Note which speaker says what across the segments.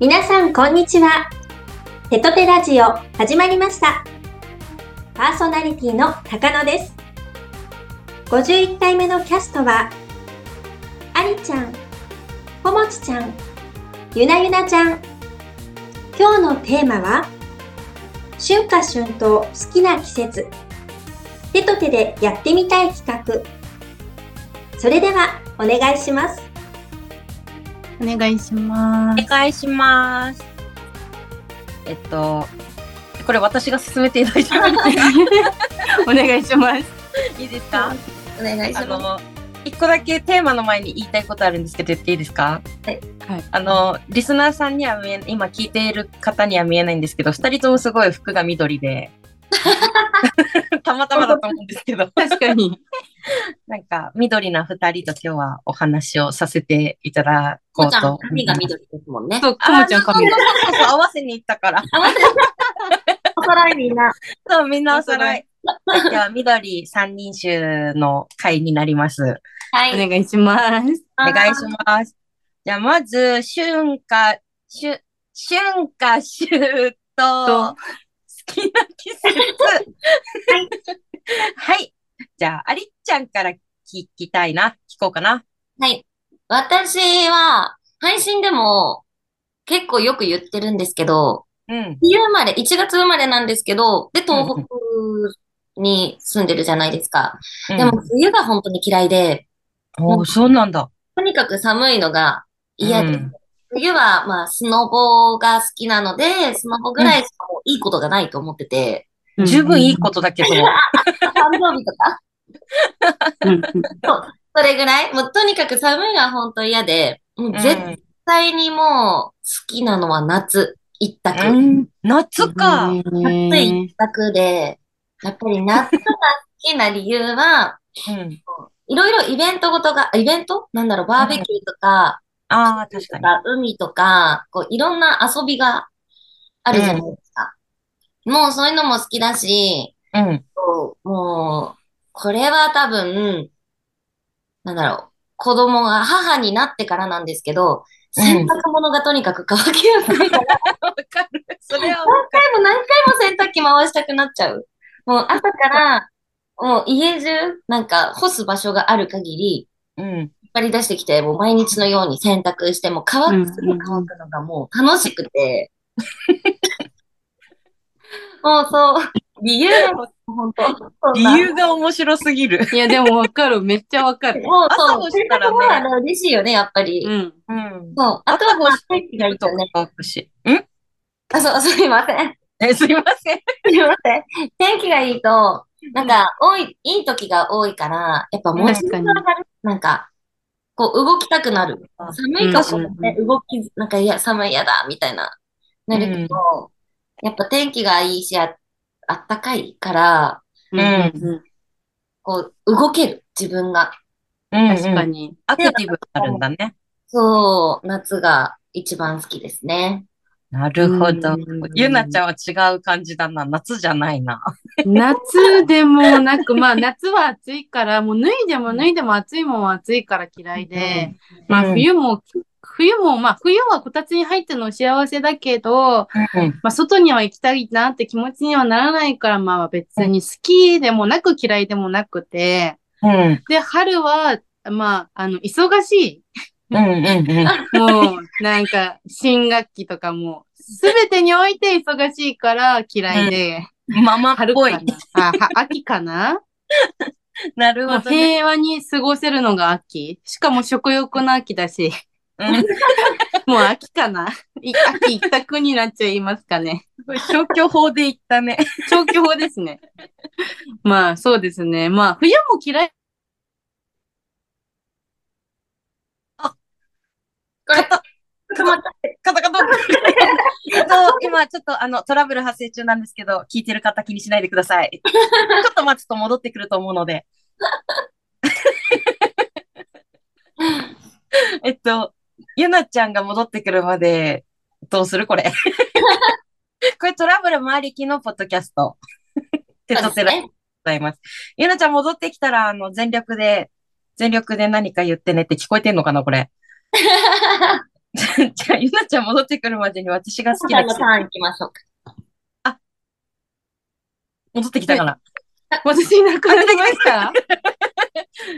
Speaker 1: 皆さん、こんにちは。テトテラジオ、始まりました。パーソナリティの高野です。51回目のキャストは、ありちゃん、ほもちちゃん、ゆなゆなちゃん。今日のテーマは、春夏春冬好きな季節。手と手でやってみたい企画。それでは、お願いします。
Speaker 2: お願いします
Speaker 3: お。願いします。えっと、これ私が進めていただいても
Speaker 2: お願いします。
Speaker 3: いいですか
Speaker 1: お願い
Speaker 3: あ。の、一個だけテーマの前に言いたいことあるんですけど、言っていいですか
Speaker 1: はい。
Speaker 2: はい
Speaker 3: あの、リスナーさんには見え、今聞いている方には見えないんですけど、二人ともすごい服が緑 で、たまたまだと思うんですけど、
Speaker 2: 確かに。
Speaker 3: なんか緑な二人と今日はお話をさせていただこうと。
Speaker 4: 髪が緑ですもんね。
Speaker 2: そう、
Speaker 3: あー。
Speaker 2: こもちゃん
Speaker 3: そう
Speaker 2: 髪。
Speaker 3: そうそうそう合わせに行ったから。
Speaker 1: おさらいみんな。
Speaker 3: そう、みんなおさらい。じゃあ、緑三人衆の会になります。
Speaker 4: は
Speaker 2: お。願いします。
Speaker 3: お願いします。じゃあ、まず、春夏、春、春夏秋冬、好
Speaker 2: と
Speaker 3: きな季節。はい。じゃあ、ありっちゃんから聞きたいな。聞こうかな。
Speaker 4: はい。私は、配信でも、結構よく言ってるんですけど、
Speaker 3: うん。
Speaker 4: 冬生まれ、1月生まれなんですけど、で、東北に住んでるじゃないですか。でも、冬が本当に嫌いで、
Speaker 3: うん、おーそうなんだ。
Speaker 4: とにかく寒いのが嫌で、
Speaker 3: うん
Speaker 4: 冬は、まあ、スノボが好きなので、スノボぐらいしかもういいことがないと思ってて、
Speaker 3: 十分いいことだけど。
Speaker 4: 誕生日とか、
Speaker 2: と。うんうん
Speaker 4: それぐらい、もうとにかく寒いのは本当嫌で、もう絶対
Speaker 3: う
Speaker 4: 実際にもう好きなのは夏一択。
Speaker 3: ん、夏か。
Speaker 2: ね
Speaker 4: 夏一択で、やっぱり夏が好きな理由は、
Speaker 3: うん。
Speaker 4: いろいろイベントごとが、イベントなんだろう、バーベキューとか、
Speaker 3: ああ、確かに。
Speaker 4: 海とか、こういろんな遊びがあるじゃないですか。もうそういうのも好きだし、
Speaker 3: うん。
Speaker 4: こうもう、これは多分、なんだろう、子供が母になってからなんですけど、
Speaker 3: うん
Speaker 4: 洗濯物がとにかく乾きやすいから
Speaker 3: わかる。それはわかる。
Speaker 4: でも何回も洗濯機回したくなっちゃう。もう朝から、もう家中、なんか干す場所がある限り、
Speaker 3: うん。
Speaker 4: 引っ張り出してきて、もう毎日のように洗濯して、もう乾く、すぐ乾くのがもう楽しくて。 もうそう、理由がもう本当。そう
Speaker 3: 理由が面白すぎる。
Speaker 2: いや、でもわかる。めっちゃわかる。
Speaker 4: もう
Speaker 3: 朝
Speaker 4: そう、
Speaker 3: 干したらね
Speaker 4: 洗濯物はね嬉しいよね、やっぱり。
Speaker 2: うん。
Speaker 3: うん。
Speaker 4: そう、あとはまあ、天気がいい
Speaker 3: と
Speaker 4: とね。
Speaker 3: 乾くし。ん
Speaker 4: あ、そう、すいません。
Speaker 3: え、すいません。
Speaker 4: すいません。天気がいいと、なんか、多い、いい時が多いから、やっぱモチベーションが上がる。なんか、こう、動きたくなる。寒いかもね、動き、なんか、いや、寒いやだ、みたいな、なるけど、やっぱ天気がいいし、あ、あったかいから、
Speaker 2: うんうん
Speaker 4: こう、動ける、自分が。
Speaker 3: うん、
Speaker 2: 確か
Speaker 3: に。
Speaker 2: に。
Speaker 3: アクティブになるんだね。
Speaker 4: そう、夏が一番好きですね。
Speaker 3: なるほど
Speaker 2: うん。
Speaker 3: ゆなちゃんは違う感じだな。夏じゃないな。
Speaker 2: 夏でもなく、まあ夏は暑いから、もう脱いでも脱いでも暑いもんは暑いから嫌いで、まあ
Speaker 3: うん
Speaker 2: 冬も、冬も、まあ冬はこたつに入ってるの幸せだけど、
Speaker 3: うん。
Speaker 2: まあ、外には行きたいなって気持ちにはならないから、まあ別に好きでもなく嫌いでもなくて、
Speaker 3: うん。
Speaker 2: で、春は、まあ、あの、忙し
Speaker 3: うん。 うん。うん。
Speaker 2: い。もう、なんか、新学期とかも、すべてにおいて忙しいから嫌いで、
Speaker 3: ママっ
Speaker 2: 春
Speaker 3: ぽい
Speaker 2: か。な。あ、は秋かな
Speaker 3: なる
Speaker 2: も
Speaker 3: ほ
Speaker 2: う
Speaker 3: どね。
Speaker 2: 平和に過ごせるのが秋。しかも食欲の秋だし、
Speaker 3: うん
Speaker 2: もう秋かな。い秋一択になっちゃいますかね。
Speaker 3: すごい消去法でいったね。
Speaker 2: 消去法ですね。まあ、そうですね。まあ、冬も嫌い。
Speaker 4: これ、
Speaker 3: カ
Speaker 4: 止まった。
Speaker 3: タカタ。えっと、今ちょっとあの、トラブル発生中なんですけど、聞いてる方気にしないでください。ちょっと待つと戻ってくると思うので。えっと、ゆなちゃんが戻ってくるまで、どうするこれ。これトラブルもありきのポッドキャスト。手と手
Speaker 4: そう
Speaker 3: で
Speaker 4: で
Speaker 3: ご
Speaker 4: すね
Speaker 3: ざいます。ゆなちゃん戻ってきたら、あの、全力で全力で何か言ってねって聞こえてんのかな、これ。 じゃあ、ゆなちゃん戻ってくるまでに私が好き
Speaker 4: さ
Speaker 3: な
Speaker 4: んの
Speaker 3: 季
Speaker 4: タ
Speaker 3: 節
Speaker 4: ーン行きましょうか。
Speaker 3: 戻ってきたかな。
Speaker 2: 私いなくなりました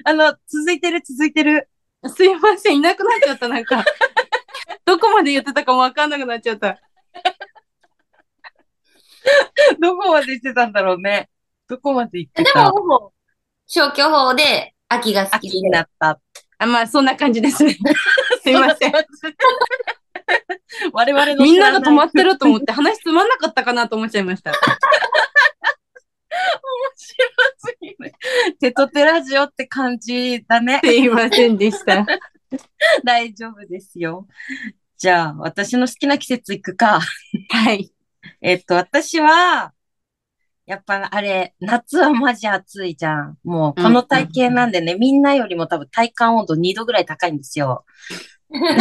Speaker 3: あの、続いてる、続いてる。
Speaker 2: すいません、いなくなっちゃった、なん か。どこまで言ってたかもわかんなくなっちゃった。
Speaker 3: どこまでしてたんだろうね。どこまで行って
Speaker 4: で
Speaker 3: た
Speaker 4: も、ほぼ、消去法で、秋が好
Speaker 3: 秋
Speaker 4: き
Speaker 3: に
Speaker 4: で。
Speaker 3: な った。
Speaker 2: あまあ、そんな感じです ね。すいま せん。。
Speaker 3: 我々の
Speaker 2: みんなが止ま
Speaker 3: っ
Speaker 2: ってると思って話つまんなかったかなと思っちゃいました。
Speaker 3: テトテラジオって感じだね。
Speaker 2: すいませんでした。
Speaker 3: 大丈夫ですよ。じゃあ、私の好きな季節行くか。
Speaker 2: はい。
Speaker 3: えっと、私は、やっぱあれ、夏はマジ暑いじゃん。もう、この体型なんでね、みんなよりも多分体感温度2度ぐらい高いんですよ。笑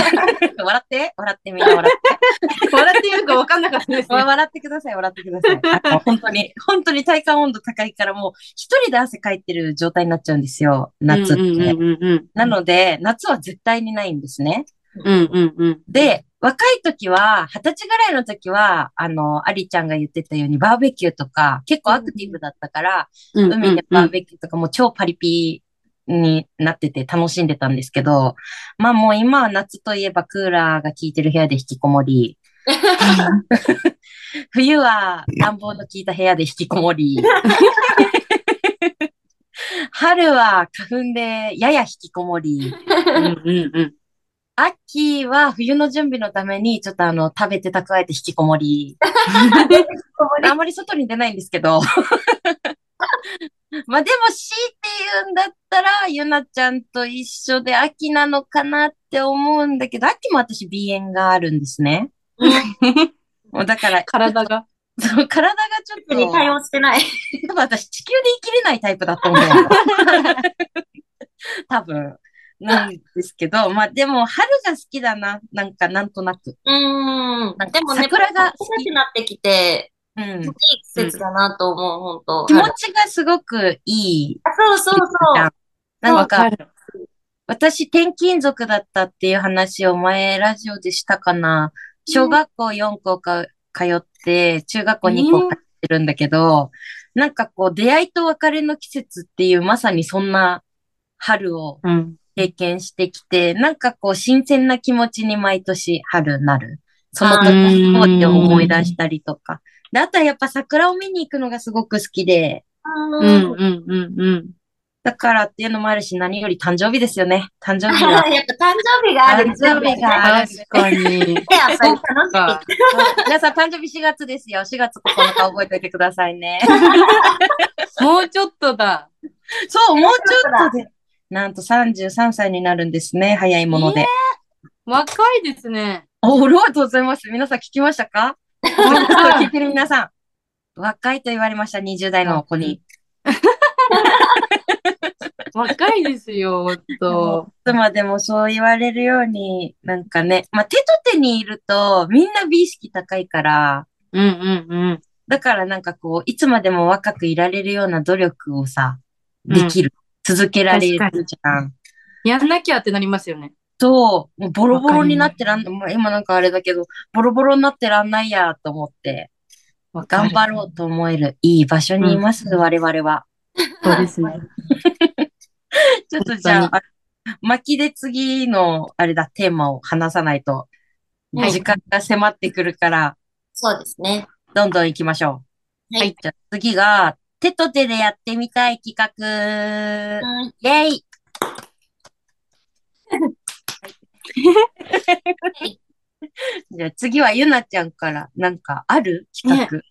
Speaker 3: って笑ってみんな笑って。
Speaker 2: 笑っていいのかわかんなかった ですね。
Speaker 3: 笑ってください、笑ってください。あの本当に、本当に体感温度高いからもう、一人で汗かいてる状態になっちゃうんですよ、夏って。
Speaker 2: うんうんうんうん。
Speaker 3: なので、夏は絶対にないんですね。
Speaker 2: うんうんうん。
Speaker 3: で、若い時は、二十歳ぐらいの時は、あの、アリちゃんが言ってたように、バーベキューとか、結構アクティブだったから、
Speaker 2: うん
Speaker 3: 海でバーベキューとかも超パリピになってて楽しんでたんですけど、まあもう今は夏といえばクーラーが効いてる部屋で引きこもり、冬は暖房の効いた部屋で引きこもり、春は花粉でやや引きこもり、
Speaker 2: うんうん
Speaker 3: 秋は冬の準備のために、ちょっとあの、食べて蓄えて引きこもり。あんまり外に出ないんですけど。 まあでも、強いて言うんだったら、ゆなちゃんと一緒で秋なのかなって思うんだけど、秋も私鼻炎があるんですね。
Speaker 2: うん。
Speaker 3: もうだか ら、
Speaker 2: 体が。
Speaker 3: その体がちょっと、
Speaker 4: に対応してない。
Speaker 3: 多分私地球で生きれないタイプだと 思う。多分。なんですけど、まあでも春が好きだな。なんかなんとなく。
Speaker 4: うーん。でもね、
Speaker 3: 桜が好き
Speaker 4: きくなってきて、
Speaker 3: うん
Speaker 4: いい。季節だなと思う、ほんと。
Speaker 3: 気持ちがすごくいい。
Speaker 4: あそうそうそう。
Speaker 3: なん
Speaker 2: わ
Speaker 3: か、
Speaker 2: る。
Speaker 3: 私、転勤族だったっていう話を前、ラジオでしたかな。小学校4校か通って、中学校2校通ってるんだけど、なんかこう、出会いと別れの季節っていう、まさにそんな春を
Speaker 2: うん。
Speaker 3: 経験してきて、なんかこう、新鮮な気持ちに毎年春なる。そ
Speaker 2: う
Speaker 3: の時
Speaker 2: ん
Speaker 3: を思い出したりとか。で、あとはやっぱ桜を見に行くのがすごく好きで、
Speaker 2: う
Speaker 4: うんん。
Speaker 2: うんうんうん。
Speaker 3: だからっていうのもあるし、何より誕生日ですよね。誕生日
Speaker 4: やっ
Speaker 3: が。
Speaker 4: ぱ誕生日がある
Speaker 3: 誕生日がある。
Speaker 2: 確か に。
Speaker 4: やっぱり楽しい。
Speaker 2: か。
Speaker 3: 皆さん誕生日4月ですよ。4月9日覚えておいてくださいね。
Speaker 2: もうちょっとだ。
Speaker 3: そう、もうちょっとで。なんと33歳になるんですね。早いもので。
Speaker 2: 若いですね。
Speaker 3: お、ありがとうございます。皆さん聞きましたか
Speaker 2: 若
Speaker 3: 聞い
Speaker 2: い。
Speaker 3: てる皆さん。若いと言われました、20代の子に。
Speaker 2: 若いです よ、おっと。
Speaker 3: いつまでもそう言われるように、なんかね。まあ、手と手にいると、みんな美意識高いから、
Speaker 2: うんうんうん。
Speaker 3: だからなんかこう、いつまでも若くいられるような努力をさ、できる。続けられ
Speaker 2: 確か
Speaker 3: る
Speaker 2: に
Speaker 3: じゃん。
Speaker 2: やんなきゃってなりますよね。
Speaker 3: と、もうボロボロにな
Speaker 2: わ
Speaker 3: っ
Speaker 2: か
Speaker 3: てらん、まあ今なんかあれだけど、ボロボロになってらんないやと思って、頑張ろうと思えるいい場所にいます、我々は。
Speaker 2: う。そうですね。
Speaker 3: ちょっとじゃあ、あ巻きで次の、あれだ、テーマを話さないと、
Speaker 2: はい
Speaker 3: 時間が迫ってくるから、
Speaker 4: そうですね。
Speaker 3: どんどん行きましょう。
Speaker 4: はい。
Speaker 3: じゃあ次が、手と手でやってみたい企画。
Speaker 4: うん。
Speaker 3: イェイ
Speaker 4: い
Speaker 3: じゃあ次はゆなちゃんからなんかある企画、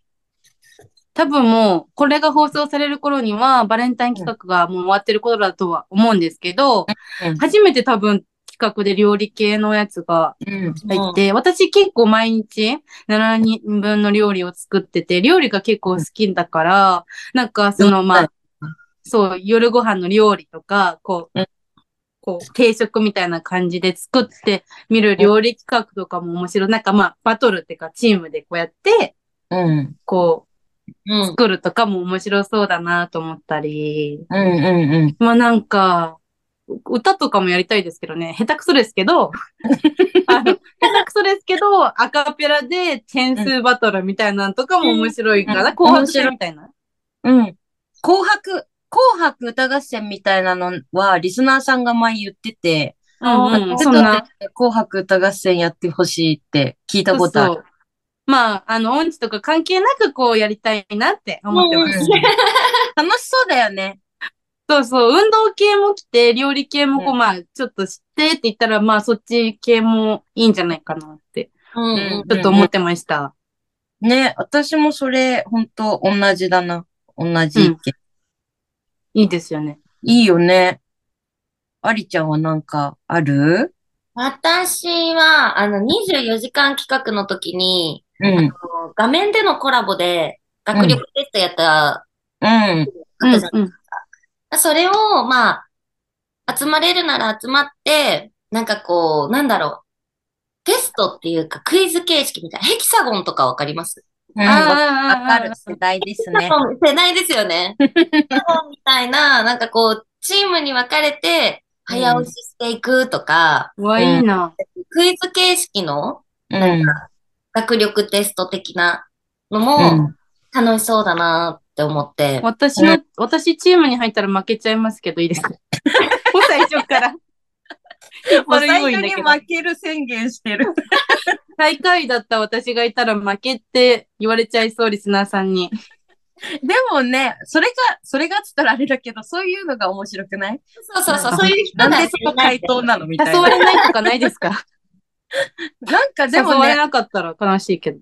Speaker 2: 多分もう、これが放送される頃には、バレンタイン企画がもう終わってる頃だとは思うんですけど
Speaker 3: うん、
Speaker 2: 初めて多分企画で料理系のやつが
Speaker 3: うん。
Speaker 2: 入って、私結構毎日7人分の料理を作ってて、料理が結構好きだから、なんかそのまあ、そう、夜ご飯の料理とか、こう
Speaker 3: うん、
Speaker 2: こう、定食みたいな感じで作ってみる料理企画とかも面白い。なんかまあ、バトルっていうか、チームでこうやって、
Speaker 3: うん。
Speaker 2: こ
Speaker 4: う
Speaker 2: う、
Speaker 4: ん。
Speaker 2: 作るとかも面白そうだなと思ったり、
Speaker 3: うんうんうん。
Speaker 2: まあなんか、歌とかもやりたいですけどね、下手くそですけど、あの下手くそですけど、アカペラで点数バトルみたいなのとかも面白いから、紅白戦みたいな。
Speaker 3: うん。紅白、紅白歌合戦みたいなのは、リスナーさんが前言ってて、
Speaker 2: うんうん、
Speaker 3: ち
Speaker 2: そ
Speaker 3: ょっ
Speaker 2: ん
Speaker 3: と
Speaker 2: な。
Speaker 3: 紅白歌合戦やってほしいって聞いたことあ
Speaker 2: そ
Speaker 3: る。
Speaker 2: うそうまあ、あの、音痴とか関係なくこうやりたいなって思ってます。
Speaker 4: そううん
Speaker 3: 楽しそうだよね。
Speaker 2: そうそう、運動系も来て、料理系もこう、
Speaker 3: う
Speaker 2: まあ、ちょっと知ってって言ったら、まあ、そっち系もいいんじゃないかなって、
Speaker 4: うん
Speaker 3: う
Speaker 4: うん
Speaker 3: ん
Speaker 2: ちょっと思ってました。
Speaker 3: ね、私もそれ、ほんと、同じだな。同じ意見。
Speaker 2: いいですよね。
Speaker 3: いいよね。ありちゃんはなんか、ある
Speaker 4: 私は、あの、24時間企画の時に、
Speaker 3: うん。
Speaker 4: 画面でのコラボで学力テストやった、
Speaker 3: うん。
Speaker 2: う
Speaker 4: あ
Speaker 2: ん、
Speaker 4: ったじゃん
Speaker 2: うん。
Speaker 4: それを、まあ、集まれるなら集まって、なんかこう、なんだろう。テストっていうか、クイズ形式みたいな。ヘキサゴンとかわかります
Speaker 3: ああ、わか
Speaker 2: あ
Speaker 3: る世代です
Speaker 4: ヘキ
Speaker 3: ね
Speaker 4: サ。ゴン世代ですよね。ヘキサゴンみたいな、なんかこう、チームに分かれて、早押ししていくとか、
Speaker 2: うわ、いいな。
Speaker 4: クイズ形式の
Speaker 3: うん。
Speaker 4: 学力テスト的なの
Speaker 3: う
Speaker 4: も
Speaker 3: ん。
Speaker 4: 楽しそうだなって思って。
Speaker 2: 私の、私チームに入ったら負けちゃいますけど、いいですか もう最初 から。引っ張る用意だけど
Speaker 3: ける宣言してる。
Speaker 2: 最下位だった私がいたら負けって言われちゃいそう、リスナーさんに。
Speaker 3: でもね、それが、それがっつったらあれだけど、そういうのが面白くない
Speaker 4: そうそうそう、
Speaker 3: うん
Speaker 4: そういう人
Speaker 3: なん
Speaker 4: た
Speaker 3: で
Speaker 4: ち
Speaker 3: その回答なのみたい
Speaker 2: 誘わ
Speaker 3: な。
Speaker 2: れないとかないですか
Speaker 3: なんかで
Speaker 2: 誘
Speaker 3: も
Speaker 2: われ
Speaker 3: ね、
Speaker 2: なかったら悲しいけど。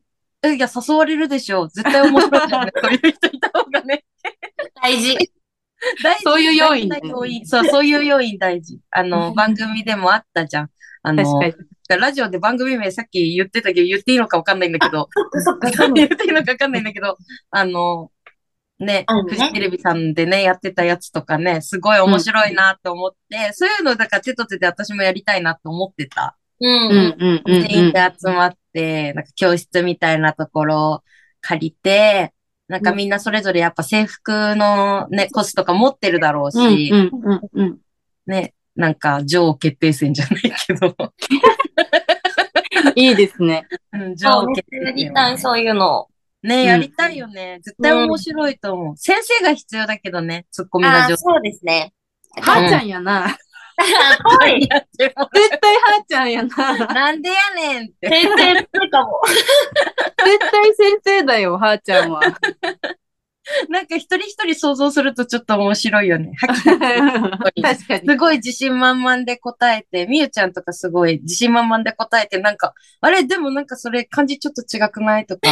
Speaker 3: いや、誘われるでしょう。絶対面白いよね。そういう人いた方がね。
Speaker 4: 大事。
Speaker 3: 大事
Speaker 2: そういう要因
Speaker 3: 大事な要因そう、そういう要因大事。あの、番組でもあったじゃん。あ
Speaker 2: 確
Speaker 3: の
Speaker 2: か、に。
Speaker 3: ラジオで番組名さっき言ってたけど、言っていいのかわかんないんだけど、
Speaker 4: そっか、そ
Speaker 3: 言っていいのかわかんないんだけど、あの、ね、
Speaker 4: あのね
Speaker 3: フジテレビさんでね、やってたやつとかね、すごい面白いなと思って、そういうの、だから手と手で私もやりたいなと思ってた。
Speaker 4: うん。
Speaker 2: うんうんうん
Speaker 3: 全員で集まって、なんか教室みたいなところ借りて、なんかみんなそれぞれやっぱ制服のね、コスとか持ってるだろうし、
Speaker 2: うんうんうんうん。
Speaker 3: ね、なんか女王決定戦じゃないけど、
Speaker 2: いいですね。
Speaker 3: うん、女
Speaker 4: そう、
Speaker 3: 王
Speaker 4: めっ
Speaker 3: 決
Speaker 4: ちゃ
Speaker 3: 定
Speaker 4: や
Speaker 3: 戦、
Speaker 4: りたい、そういうの。
Speaker 3: ね
Speaker 2: うん
Speaker 3: やりたいよね。絶対面白いと思う。先生が必要だけどね、ツッコミが
Speaker 4: あー
Speaker 3: 上手。
Speaker 4: そうですね。
Speaker 2: はーちゃんやな。
Speaker 4: 怖い。
Speaker 2: 絶対はーちゃんやな。
Speaker 3: なんでやねんって。
Speaker 4: 全然するかも。
Speaker 2: 絶対先生だよ、はーち ゃんは。
Speaker 3: なんか一人一人想像するとちょっと面白いよね。はっきり
Speaker 2: 確かに。
Speaker 3: すごい自信満々で答えて、みゆちゃんとかすごい自信満々で答えて、なんか、あれ、でもなんかそれ漢字ちょっと違くない とか、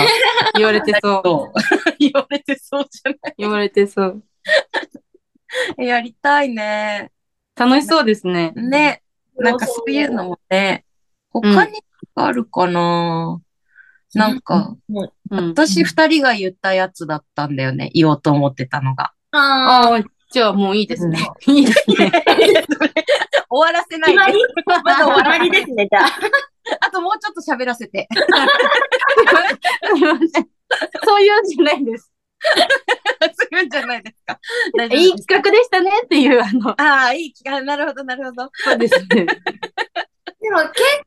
Speaker 2: 言われてそう。
Speaker 3: そう 言われてそうじゃな
Speaker 2: 言われてそう。
Speaker 3: いやりたいね。
Speaker 2: 楽しそうですね。
Speaker 3: ね。なんかそういうのもね、他にあるかな、なんか、
Speaker 2: うん。
Speaker 3: 私二人が言ったやつだったんだよね、言おうと思ってたのが。
Speaker 4: あ
Speaker 2: ああ、じゃあもういいですね。いいですね。
Speaker 3: 終わらせ
Speaker 4: ー
Speaker 3: な
Speaker 4: 決ま
Speaker 3: い
Speaker 4: り
Speaker 3: で。
Speaker 4: まだ終わり ですね、じゃあ。
Speaker 3: あともうちょっと喋らせて。
Speaker 2: すいません。そういうんじゃないです。
Speaker 3: するんじゃないですか。大
Speaker 2: い
Speaker 3: 丈
Speaker 2: い
Speaker 3: 夫です。
Speaker 2: 企画でしたねっていう、あの、
Speaker 3: ああ、いい機会。なるほど、なるほど。
Speaker 2: そうですね。
Speaker 4: でも結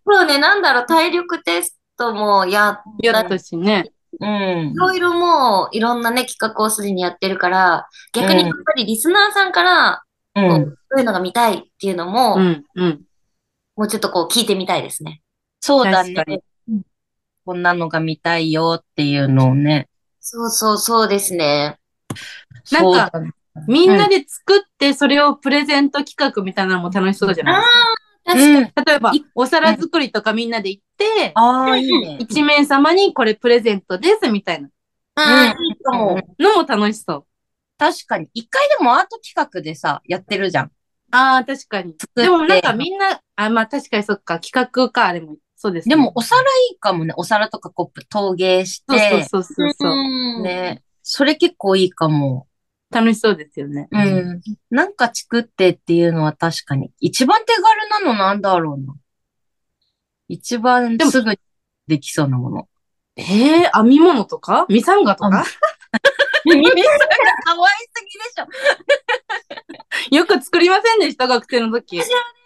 Speaker 4: 構ね、なんだろう、体力テストもやっ
Speaker 2: やったしね。
Speaker 3: うん
Speaker 4: い。ろいろもう、いろんなね、企画をすでにやってるから、逆にやっぱりリスナーさんから、
Speaker 3: う
Speaker 4: こう、
Speaker 3: ん。
Speaker 4: そういうのが見たいっていうのも、
Speaker 2: うん、うん。
Speaker 4: もうちょっとこう、聞いてみたいですね。
Speaker 3: そうだね
Speaker 2: 確かに。
Speaker 3: こんなのが見たいよっていうのをね。
Speaker 4: そうそうそうですね。
Speaker 2: なんか
Speaker 3: そうだね
Speaker 2: みんなで作って、それをプレゼント企画みたいなのも楽しそうじゃないですか。
Speaker 4: 確かに。
Speaker 3: うん。
Speaker 2: 例えば、お皿作りとかみんなで行って、
Speaker 3: ああ、いいね。
Speaker 2: 一名様にこれプレゼントですみたいな
Speaker 4: あーいいかも。
Speaker 2: のも楽しそう。
Speaker 3: 確かに。一回でもアート企画でさ、やってるじゃん。
Speaker 2: ああ、確かに。
Speaker 3: って
Speaker 2: でもなんかみんな、あ、まあ確かにそっか、企画か、あれも。そうです、
Speaker 3: でも、お皿いいかもね。お皿とかコップ陶芸し
Speaker 2: そうそう
Speaker 3: て。
Speaker 2: そうそうそう、
Speaker 4: うん。
Speaker 3: ね。それ結構いいかも。
Speaker 2: 楽しそうですよね。
Speaker 3: うん。なんか作ってっていうのは確かに。一番手軽なのなんだろうな。一番
Speaker 2: でも
Speaker 3: すぐできそうな もの。
Speaker 2: ええー、編み物とかミサンガとか
Speaker 3: かわいすぎでしょ。
Speaker 2: よく作りませんでした、学生の時。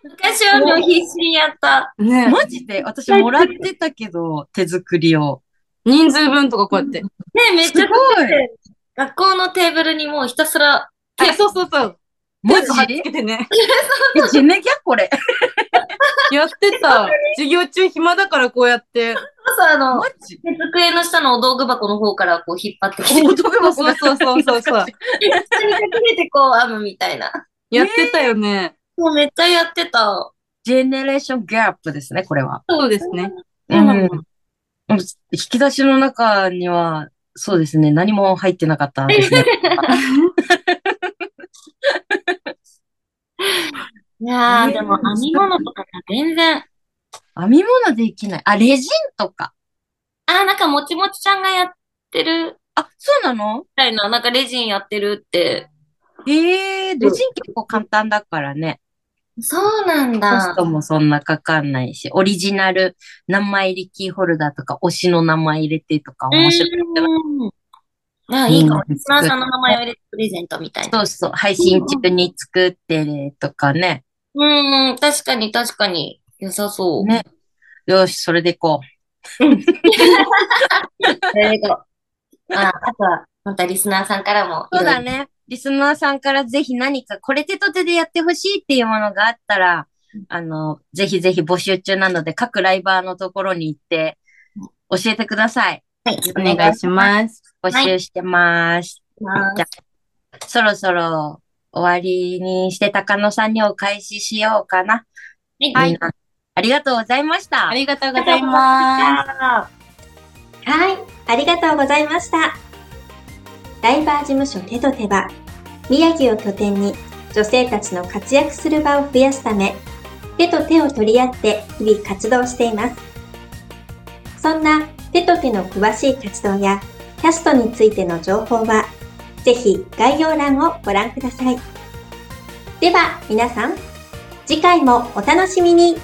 Speaker 4: 昔はもう必死にやった。
Speaker 2: ね
Speaker 3: マジで私もらってたけど、手作りを。
Speaker 2: 人数分とかこうやって。
Speaker 4: ねえ、めっちゃ
Speaker 3: すごい
Speaker 4: 学校のテーブルにもうひたすら、
Speaker 2: あそうそうそう。
Speaker 3: マ
Speaker 2: 貼っつ
Speaker 3: ジ
Speaker 2: けてね。
Speaker 3: えジェネギャこれ。
Speaker 2: やってた。授業中暇だからこうやって。
Speaker 4: 朝あの
Speaker 3: マ、ジ
Speaker 4: 机の下のお道具箱の方からこう引っ張ってきて、
Speaker 3: お豆
Speaker 2: そう
Speaker 3: 箱
Speaker 2: そう
Speaker 3: が
Speaker 2: そうそうそう そ
Speaker 4: 下に
Speaker 2: う。
Speaker 4: 隠れてこう編むみたいな。
Speaker 2: やってたよね。
Speaker 4: もうめっちゃやってた。
Speaker 3: ジェネレーションギャップですね、これは。
Speaker 2: そうですね。
Speaker 3: うん。引き出しの中には、そうですね、何も入ってなかったですね。
Speaker 4: いやー、
Speaker 3: ねえ
Speaker 4: でも編み物とかが全然。
Speaker 3: 編み物できない。あ、レジンとか。
Speaker 4: あー、なんかもちもちちゃんがやってるみ
Speaker 3: あ、そうなの
Speaker 4: たいな、なんかレジンやってるって。
Speaker 3: ええレジン結構簡単だからね。
Speaker 4: そうなん
Speaker 3: コ
Speaker 4: だ
Speaker 3: ス。トもそんなかかんないし、オリジナル名前入りキーホルダーとか、推しの名前入れてとか面白い。
Speaker 4: うん。あ、いいかも。
Speaker 3: うん
Speaker 4: リスナーさんの名前を入れてプレゼントみたいな。
Speaker 3: そうそう、配信中に作ってねとかね。
Speaker 4: うん、確かに確かに。良さそう。
Speaker 3: ねよし、それでこ
Speaker 4: それでこうまあ、あとは、またリスナーさんからも
Speaker 3: う。
Speaker 4: いろいろ。
Speaker 3: ね。リスナーさんからぜひ何かこれ手と手でやってほしいっていうものがあったら、あの、ぜひぜひ募集中なので、各ライバーのところに行って、教えてください。
Speaker 4: はい
Speaker 2: お願いします。
Speaker 3: 募集してます。
Speaker 4: ま
Speaker 3: じゃあそろそろ終わりにして高野さんにお返ししようかな。
Speaker 4: はい
Speaker 3: みんな。ありがとうございました。
Speaker 2: ありがとうございます。
Speaker 4: あ
Speaker 1: はい、ありがとうございました。ライバー事務所手と手は、宮城を拠点に女性たちの活躍する場を増やすため、手と手を取り合って日々活動しています。そんな手と手の詳しい活動やキャストについての情報は、ぜひ概要欄をご覧ください。では皆さん、次回もお楽しみに